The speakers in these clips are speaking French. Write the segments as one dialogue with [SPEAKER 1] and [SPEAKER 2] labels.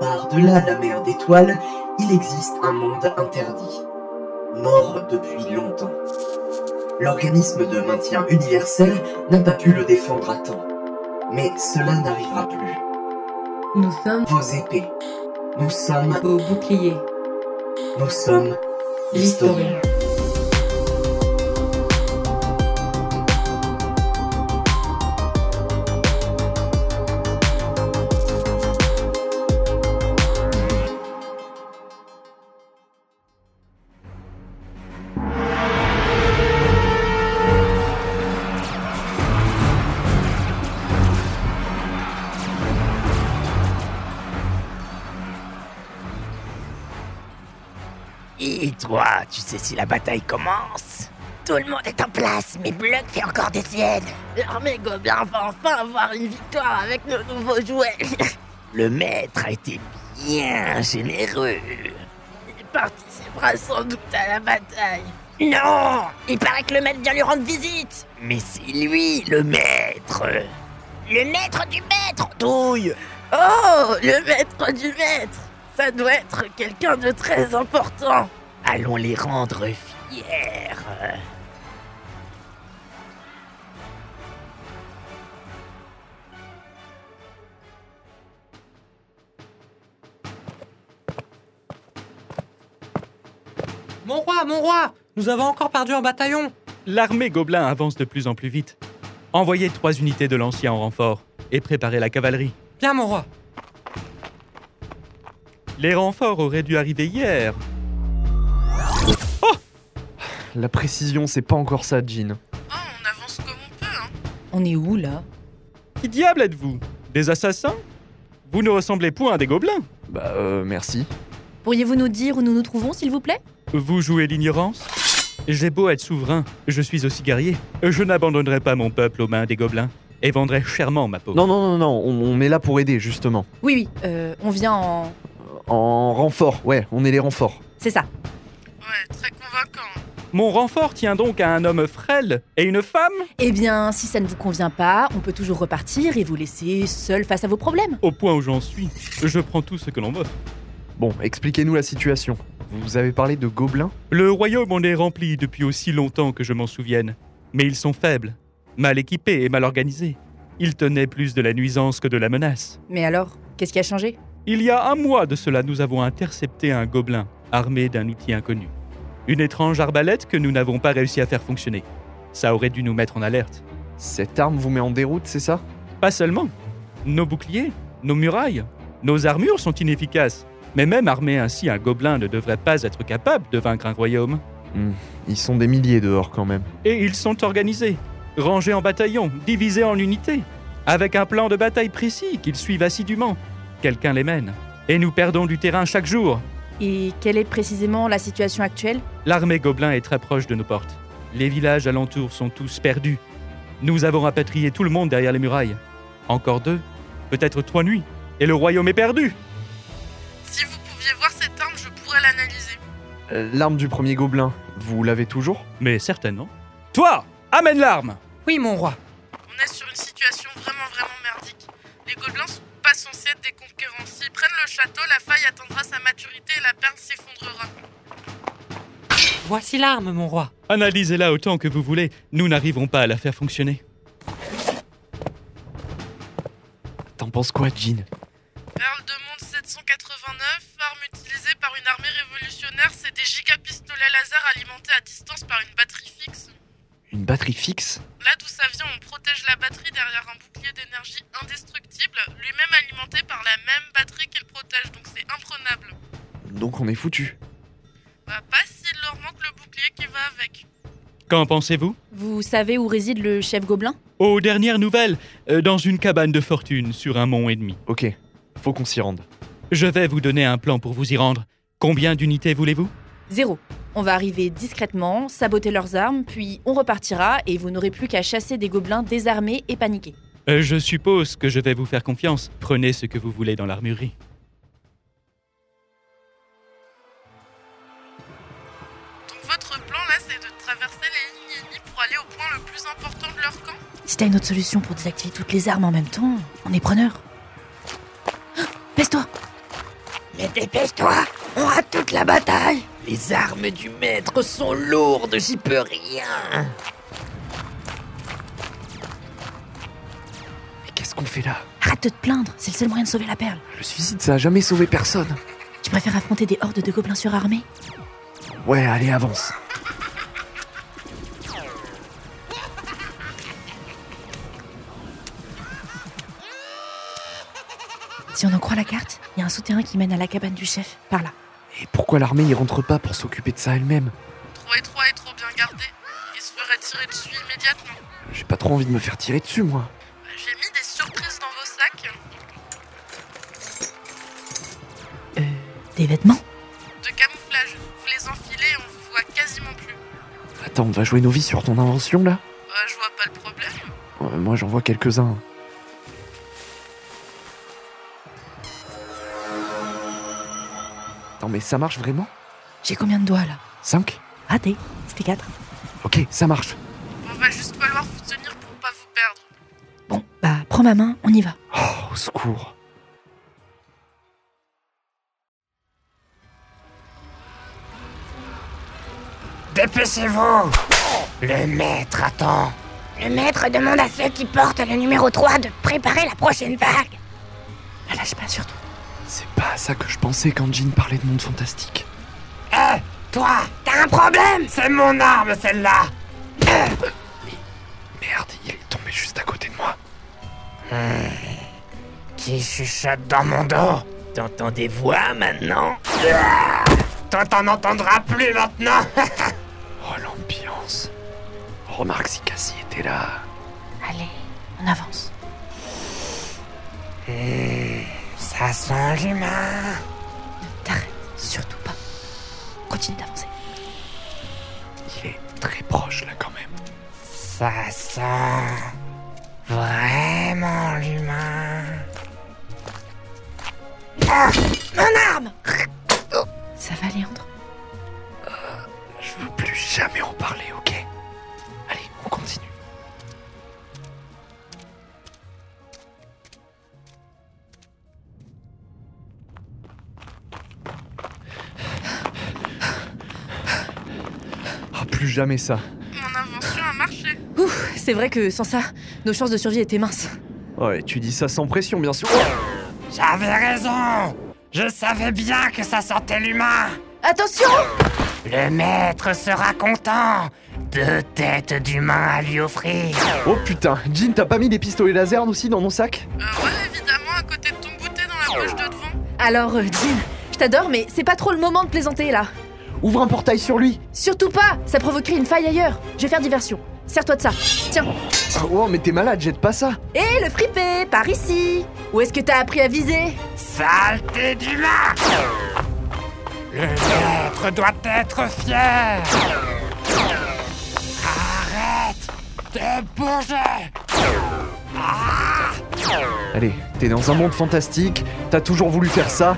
[SPEAKER 1] Par-delà la mer d'étoiles, il existe un monde interdit, mort depuis longtemps. L'organisme de maintien universel n'a pas pu le défendre à temps. Mais cela n'arrivera plus.
[SPEAKER 2] Nous sommes
[SPEAKER 1] Vos épées. Nous sommes,
[SPEAKER 2] au bouclier,
[SPEAKER 1] nous sommes l'historien.
[SPEAKER 2] l'historien.
[SPEAKER 3] Et toi, tu sais si la bataille commence Tout le monde est en place, mais Block fait encore des siennes. L'armée gobelin va enfin avoir une victoire avec nos nouveaux jouets. le maître a été bien généreux. Il participera sans doute à la bataille. Non Il paraît que le maître vient lui rendre visite Mais c'est lui, le maître Le maître du maître Douille Oh Le maître du maître Ça doit être quelqu'un de très important Allons les rendre fiers
[SPEAKER 4] Mon roi, mon roi Nous avons encore perdu un bataillon
[SPEAKER 5] L'armée gobelin avance de plus en plus vite. Envoyez trois unités de lanciers en renfort et préparez la cavalerie.
[SPEAKER 4] Bien, mon roi
[SPEAKER 5] Les renforts auraient dû arriver hier.
[SPEAKER 6] La précision, c'est pas encore ça, Jean.
[SPEAKER 2] On est où là
[SPEAKER 5] Qui diable êtes-vous Des assassins Vous ne ressemblez point à des gobelins.
[SPEAKER 6] Bah, euh, merci.
[SPEAKER 7] Pourriez-vous nous dire où nous nous trouvons, s'il vous plaît
[SPEAKER 5] Vous jouez l'ignorance J'ai beau être souverain, je suis aussi guerrier. Je n'abandonnerai pas mon peuple aux mains des gobelins et vendrai chèrement ma peau.
[SPEAKER 6] Non, non, non, non, on, on est là pour aider, justement.
[SPEAKER 7] Oui, oui, euh, on vient en...
[SPEAKER 6] En renfort, ouais, on est les renforts.
[SPEAKER 7] C'est ça.
[SPEAKER 5] Mon renfort tient donc à un homme frêle et une femme
[SPEAKER 7] Eh bien, si ça ne vous convient pas, on peut toujours repartir et vous laisser seul face à vos problèmes.
[SPEAKER 5] Au point où j'en suis, je prends tout ce que l'on m'offre.
[SPEAKER 6] Bon, expliquez-nous la situation. Vous avez parlé de gobelins
[SPEAKER 5] Le royaume en est rempli depuis aussi longtemps que je m'en souvienne, mais ils sont faibles, mal équipés et mal organisés. Ils tenaient plus de la nuisance que de la menace.
[SPEAKER 7] Mais alors, qu'est-ce qui a changé
[SPEAKER 5] Il y a un mois de cela, nous avons intercepté un gobelin armé d'un outil inconnu. Une étrange arbalète que nous n'avons pas réussi à faire fonctionner. Ça aurait dû nous mettre en alerte.
[SPEAKER 6] Cette arme vous met en déroute, c'est ça
[SPEAKER 5] Pas seulement. Nos boucliers, nos murailles, nos armures sont inefficaces. Mais même armé ainsi, un gobelin ne devrait pas être capable de vaincre un royaume.
[SPEAKER 6] Ils sont des milliers dehors quand même.
[SPEAKER 5] Et ils sont organisés, rangés en bataillons, divisés en unités, avec un plan de bataille précis qu'ils suivent assidûment. Quelqu'un les mène. Et nous perdons du terrain chaque jour.
[SPEAKER 7] Et quelle est précisément la situation actuelle
[SPEAKER 5] L'armée gobelin est très proche de nos portes. Les villages alentours sont tous perdus. Nous avons rapatrié tout le monde derrière les murailles. Encore deux, peut-être trois nuits, et le royaume est perdu.
[SPEAKER 8] Si vous pouviez voir cette arme, je pourrais l'analyser.
[SPEAKER 6] Euh, L'arme du premier gobelin, vous l'avez toujours
[SPEAKER 5] Mais certainement. Toi, amène l'arme
[SPEAKER 4] Oui, mon roi
[SPEAKER 8] On est sur une situation vraiment, vraiment merdique. Les gobelins sont pas censés être des conquérants. S'ils prennent le château, la faille atteindra sa maturité et la perle s'effondrera.
[SPEAKER 4] Voici l'arme, mon roi
[SPEAKER 5] Analysez-la autant que vous voulez, nous n'arriverons pas à la faire fonctionner.
[SPEAKER 6] T'en penses quoi, Jean
[SPEAKER 8] Perle de monde 789, arme utilisée par une armée révolutionnaire, c'est des gigapistolets laser alimentés à distance par une batterie fixe.
[SPEAKER 6] Une batterie fixe
[SPEAKER 8] Là d'où ça vient, on protège la batterie derrière un bouclier d'énergie indestructible, lui-même alimenté par la même batterie qu'il protège, donc c'est imprenable.
[SPEAKER 6] Donc on est foutu.
[SPEAKER 8] Bah pas s'il leur manque le bouclier qui va avec.
[SPEAKER 5] Qu'en pensez-vous
[SPEAKER 7] Vous savez où réside le chef gobelin
[SPEAKER 5] Aux dernières nouvelles, euh, dans une cabane de fortune sur un mont ennemi.
[SPEAKER 6] Ok, faut qu'on s'y rende.
[SPEAKER 5] Je vais vous donner un plan pour vous y rendre. Combien d'unités voulez-vous
[SPEAKER 7] Zéro. On va arriver discrètement, saboter leurs armes, puis on repartira et vous n'aurez plus qu'à chasser des gobelins désarmés et paniqués.
[SPEAKER 5] Euh, Je suppose que je vais vous faire confiance. Prenez ce que vous voulez dans l'armurerie.
[SPEAKER 8] Donc votre plan là c'est de traverser les lignes ennemies pour aller au point le plus important de leur camp
[SPEAKER 7] Si t'as une autre solution pour désactiver toutes les armes en même temps, on est preneur. Baisse-toi
[SPEAKER 3] Mais dépêche-toi, on a toute la bataille Les armes du maître sont lourdes, j'y peux rien
[SPEAKER 6] Mais qu'est-ce qu'on fait là
[SPEAKER 7] Arrête de te plaindre, c'est le seul moyen de sauver la perle.
[SPEAKER 6] Le suicide, ça a jamais sauvé personne.
[SPEAKER 7] Tu préfères affronter des hordes de gobelins surarmés
[SPEAKER 6] Ouais, allez, avance.
[SPEAKER 7] Si on en croit la carte, il y a un souterrain qui mène à la cabane du chef, par là.
[SPEAKER 6] Et pourquoi l'armée y rentre pas pour s'occuper de ça elle-même
[SPEAKER 8] Trop étroit et trop bien gardé. Il se ferait tirer dessus immédiatement. Bah,
[SPEAKER 6] J'ai pas trop envie de me faire tirer dessus, moi.
[SPEAKER 8] J'ai mis des surprises dans vos sacs.
[SPEAKER 7] Des vêtements
[SPEAKER 8] De camouflage. Vous les enfilez et on vous voit quasiment plus.
[SPEAKER 6] Attends, on va jouer nos vies sur ton invention, là
[SPEAKER 8] Bah, je vois pas le problème.
[SPEAKER 6] Euh, Moi, j'en vois quelques-uns. Attends, mais ça marche vraiment
[SPEAKER 7] J'ai combien de doigts là
[SPEAKER 6] 5
[SPEAKER 7] Raté, c'était 4.
[SPEAKER 6] Ok, ça marche.
[SPEAKER 8] Bon, va juste falloir vous tenir pour pas vous perdre.
[SPEAKER 7] Bon, bah prends ma main, on y va.
[SPEAKER 6] Oh, au secours.
[SPEAKER 3] Dépêchez-vous Le maître attend
[SPEAKER 9] Le maître demande à ceux qui portent le numéro 3 de préparer la prochaine vague.
[SPEAKER 7] La lâche pas surtout.
[SPEAKER 6] C'est pas à ça que je pensais quand Jean parlait de monde fantastique.
[SPEAKER 3] Toi
[SPEAKER 9] T'as un problème
[SPEAKER 3] C'est mon arme celle-là
[SPEAKER 6] Merde, il est tombé juste à côté de moi.
[SPEAKER 3] Qui chuchote dans mon dos T'entends des
[SPEAKER 9] hein,
[SPEAKER 3] voix maintenant Toi t'en entendras plus maintenant
[SPEAKER 6] Oh, l'ambiance. Remarque si Cassie était là.
[SPEAKER 7] Allez, on avance.
[SPEAKER 3] Hmm, Ça sent l'humain
[SPEAKER 7] T'arrêtes, surtout pas. Continue d'avancer.
[SPEAKER 6] Il est très proche, là, quand même.
[SPEAKER 3] Ça sent vraiment l'humain.
[SPEAKER 7] Ça va, Léandre
[SPEAKER 6] Je veux plus jamais en parler, ok Allez, on continue. Ah, plus jamais ça.
[SPEAKER 8] Mon invention a marché.
[SPEAKER 7] Ouf, c'est vrai que sans ça, nos chances de survie étaient minces.
[SPEAKER 6] Ouais, tu dis ça sans pression, bien sûr.
[SPEAKER 3] J'avais raison Je savais bien que ça sentait l'humain
[SPEAKER 7] Attention
[SPEAKER 3] Le maître sera content Deux têtes d'humain à lui offrir
[SPEAKER 6] Oh putain, Jean, t'as pas mis des pistolets laser aussi dans mon sac
[SPEAKER 8] Euh, ouais, évidemment, à côté de ton boutet dans la poche de devant.
[SPEAKER 7] Alors, euh, Jean, je t'adore, mais c'est pas trop le moment de plaisanter là.
[SPEAKER 6] Ouvre un portail sur lui
[SPEAKER 7] Surtout pas Ça provoquerait une faille ailleurs. Je vais faire diversion. Sers-toi de ça. Tiens.
[SPEAKER 6] Ah, Oh, mais t'es malade, jette pas ça
[SPEAKER 7] Hé, le fripé Par ici Où est-ce que t'as appris à viser
[SPEAKER 3] Saleté d'humain Le maître doit être fier Arrête de bouger
[SPEAKER 6] Allez, t'es dans un monde fantastique, t'as toujours voulu faire ça.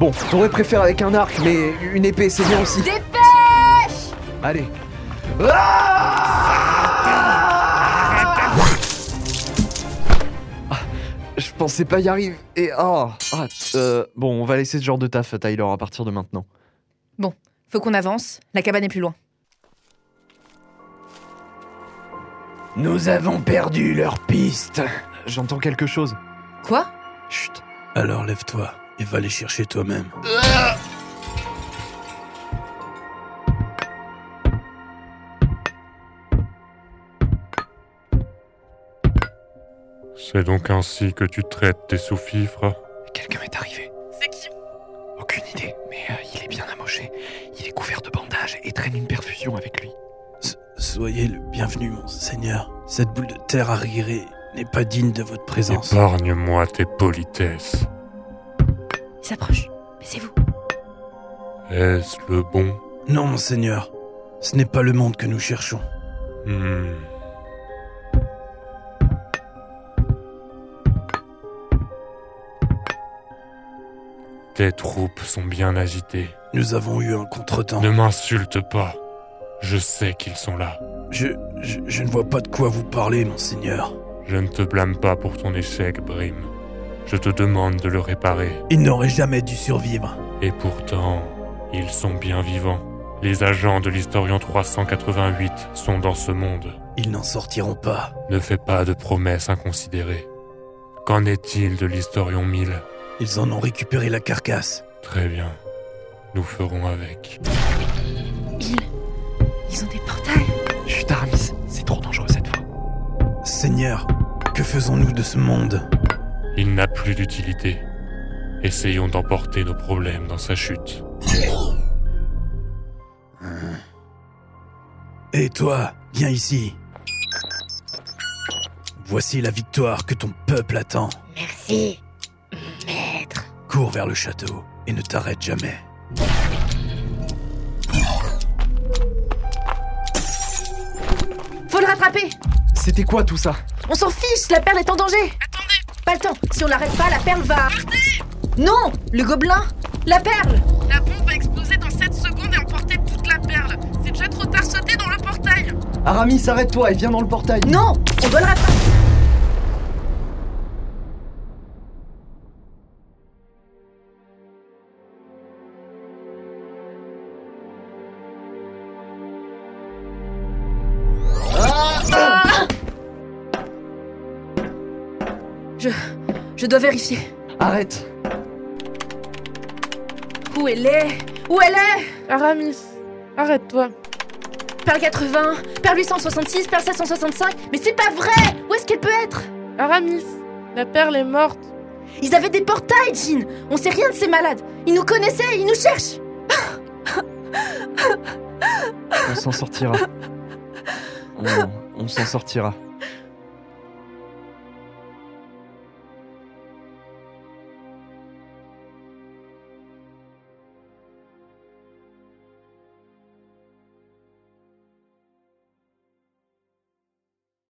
[SPEAKER 6] Bon, t'aurais préféré avec un arc, mais une épée, c'est bien aussi.
[SPEAKER 7] Dépêche
[SPEAKER 6] Allez. Ah Ah, Je pensais pas y arriver. Et oh, ah, euh, bon, on va laisser ce genre de taf à Tyler à partir de maintenant.
[SPEAKER 7] Faut qu'on avance, la cabane est plus loin.
[SPEAKER 6] Nous avons perdu leur piste. J'entends quelque chose.
[SPEAKER 7] Quoi
[SPEAKER 6] Chut.
[SPEAKER 10] Alors lève-toi et va les chercher toi-même.
[SPEAKER 11] C'est donc ainsi que tu traites tes sous-fifres
[SPEAKER 6] Quelqu'un est arrivé.
[SPEAKER 8] C'est qui
[SPEAKER 6] Aucune idée, mais euh, il est bien amoché. Il est couvert de bandages et traîne une perfusion avec lui.
[SPEAKER 10] So- soyez le bienvenu, mon seigneur. Cette boule de terre arriérée n'est pas digne de votre présence.
[SPEAKER 11] Épargne-moi tes politesses.
[SPEAKER 7] Il s'approche. Baissez-vous.
[SPEAKER 11] Est-ce le bon
[SPEAKER 10] Non, mon seigneur. Ce n'est pas le monde que nous cherchons.
[SPEAKER 11] Hmm. Tes troupes sont bien agitées.
[SPEAKER 10] Nous avons eu un contretemps.
[SPEAKER 11] Ne m'insulte pas. Je sais qu'ils sont là.
[SPEAKER 10] Je, je, je ne vois pas de quoi vous parlez, mon seigneur.
[SPEAKER 11] Je ne te blâme pas pour ton échec, Brim. Je te demande de le réparer.
[SPEAKER 10] Ils n'auraient jamais dû survivre.
[SPEAKER 11] Et pourtant, ils sont bien vivants. Les agents de l'Historion 388 sont dans ce monde.
[SPEAKER 10] Ils n'en sortiront pas.
[SPEAKER 11] Ne fais pas de promesses inconsidérées. Qu'en est-il de l'Historion 1000
[SPEAKER 10] Ils en ont récupéré la carcasse.
[SPEAKER 11] Très bien. Nous ferons avec.
[SPEAKER 7] Ils. Ils ont des portails.
[SPEAKER 6] Chut, Aramis, c'est trop dangereux cette fois.
[SPEAKER 10] Seigneur, que faisons-nous de ce monde
[SPEAKER 11] Il n'a plus d'utilité. Essayons d'emporter nos problèmes dans sa chute.
[SPEAKER 10] Et toi, viens ici. Voici la victoire que ton peuple attend.
[SPEAKER 9] Merci, maître.
[SPEAKER 10] Cours vers le château et ne t'arrête jamais.
[SPEAKER 7] Faut le rattraper
[SPEAKER 6] C'était quoi tout ça
[SPEAKER 7] On s'en fiche, la perle est en danger Attendez Pas le temps, si on l'arrête pas, la perle va... Non Le gobelin La perle
[SPEAKER 8] La bombe va exploser dans 7 secondes et emporter toute la perle. C'est déjà trop tard, sautez dans le portail.
[SPEAKER 6] Aramis, arrête-toi et viens dans le portail.
[SPEAKER 7] Non On doit le rattraper Je... Je dois vérifier.
[SPEAKER 6] Arrête
[SPEAKER 7] Où elle est Où elle est
[SPEAKER 8] Aramis, arrête-toi.
[SPEAKER 7] Perle 80, perle 866, perle 765, mais c'est pas vrai Où est-ce qu'elle peut être
[SPEAKER 8] Aramis, la perle est morte.
[SPEAKER 7] Ils avaient des portails, Jean On sait rien de ces malades Ils nous connaissaient, ils nous cherchent
[SPEAKER 6] On s'en sortira. On, on s'en sortira.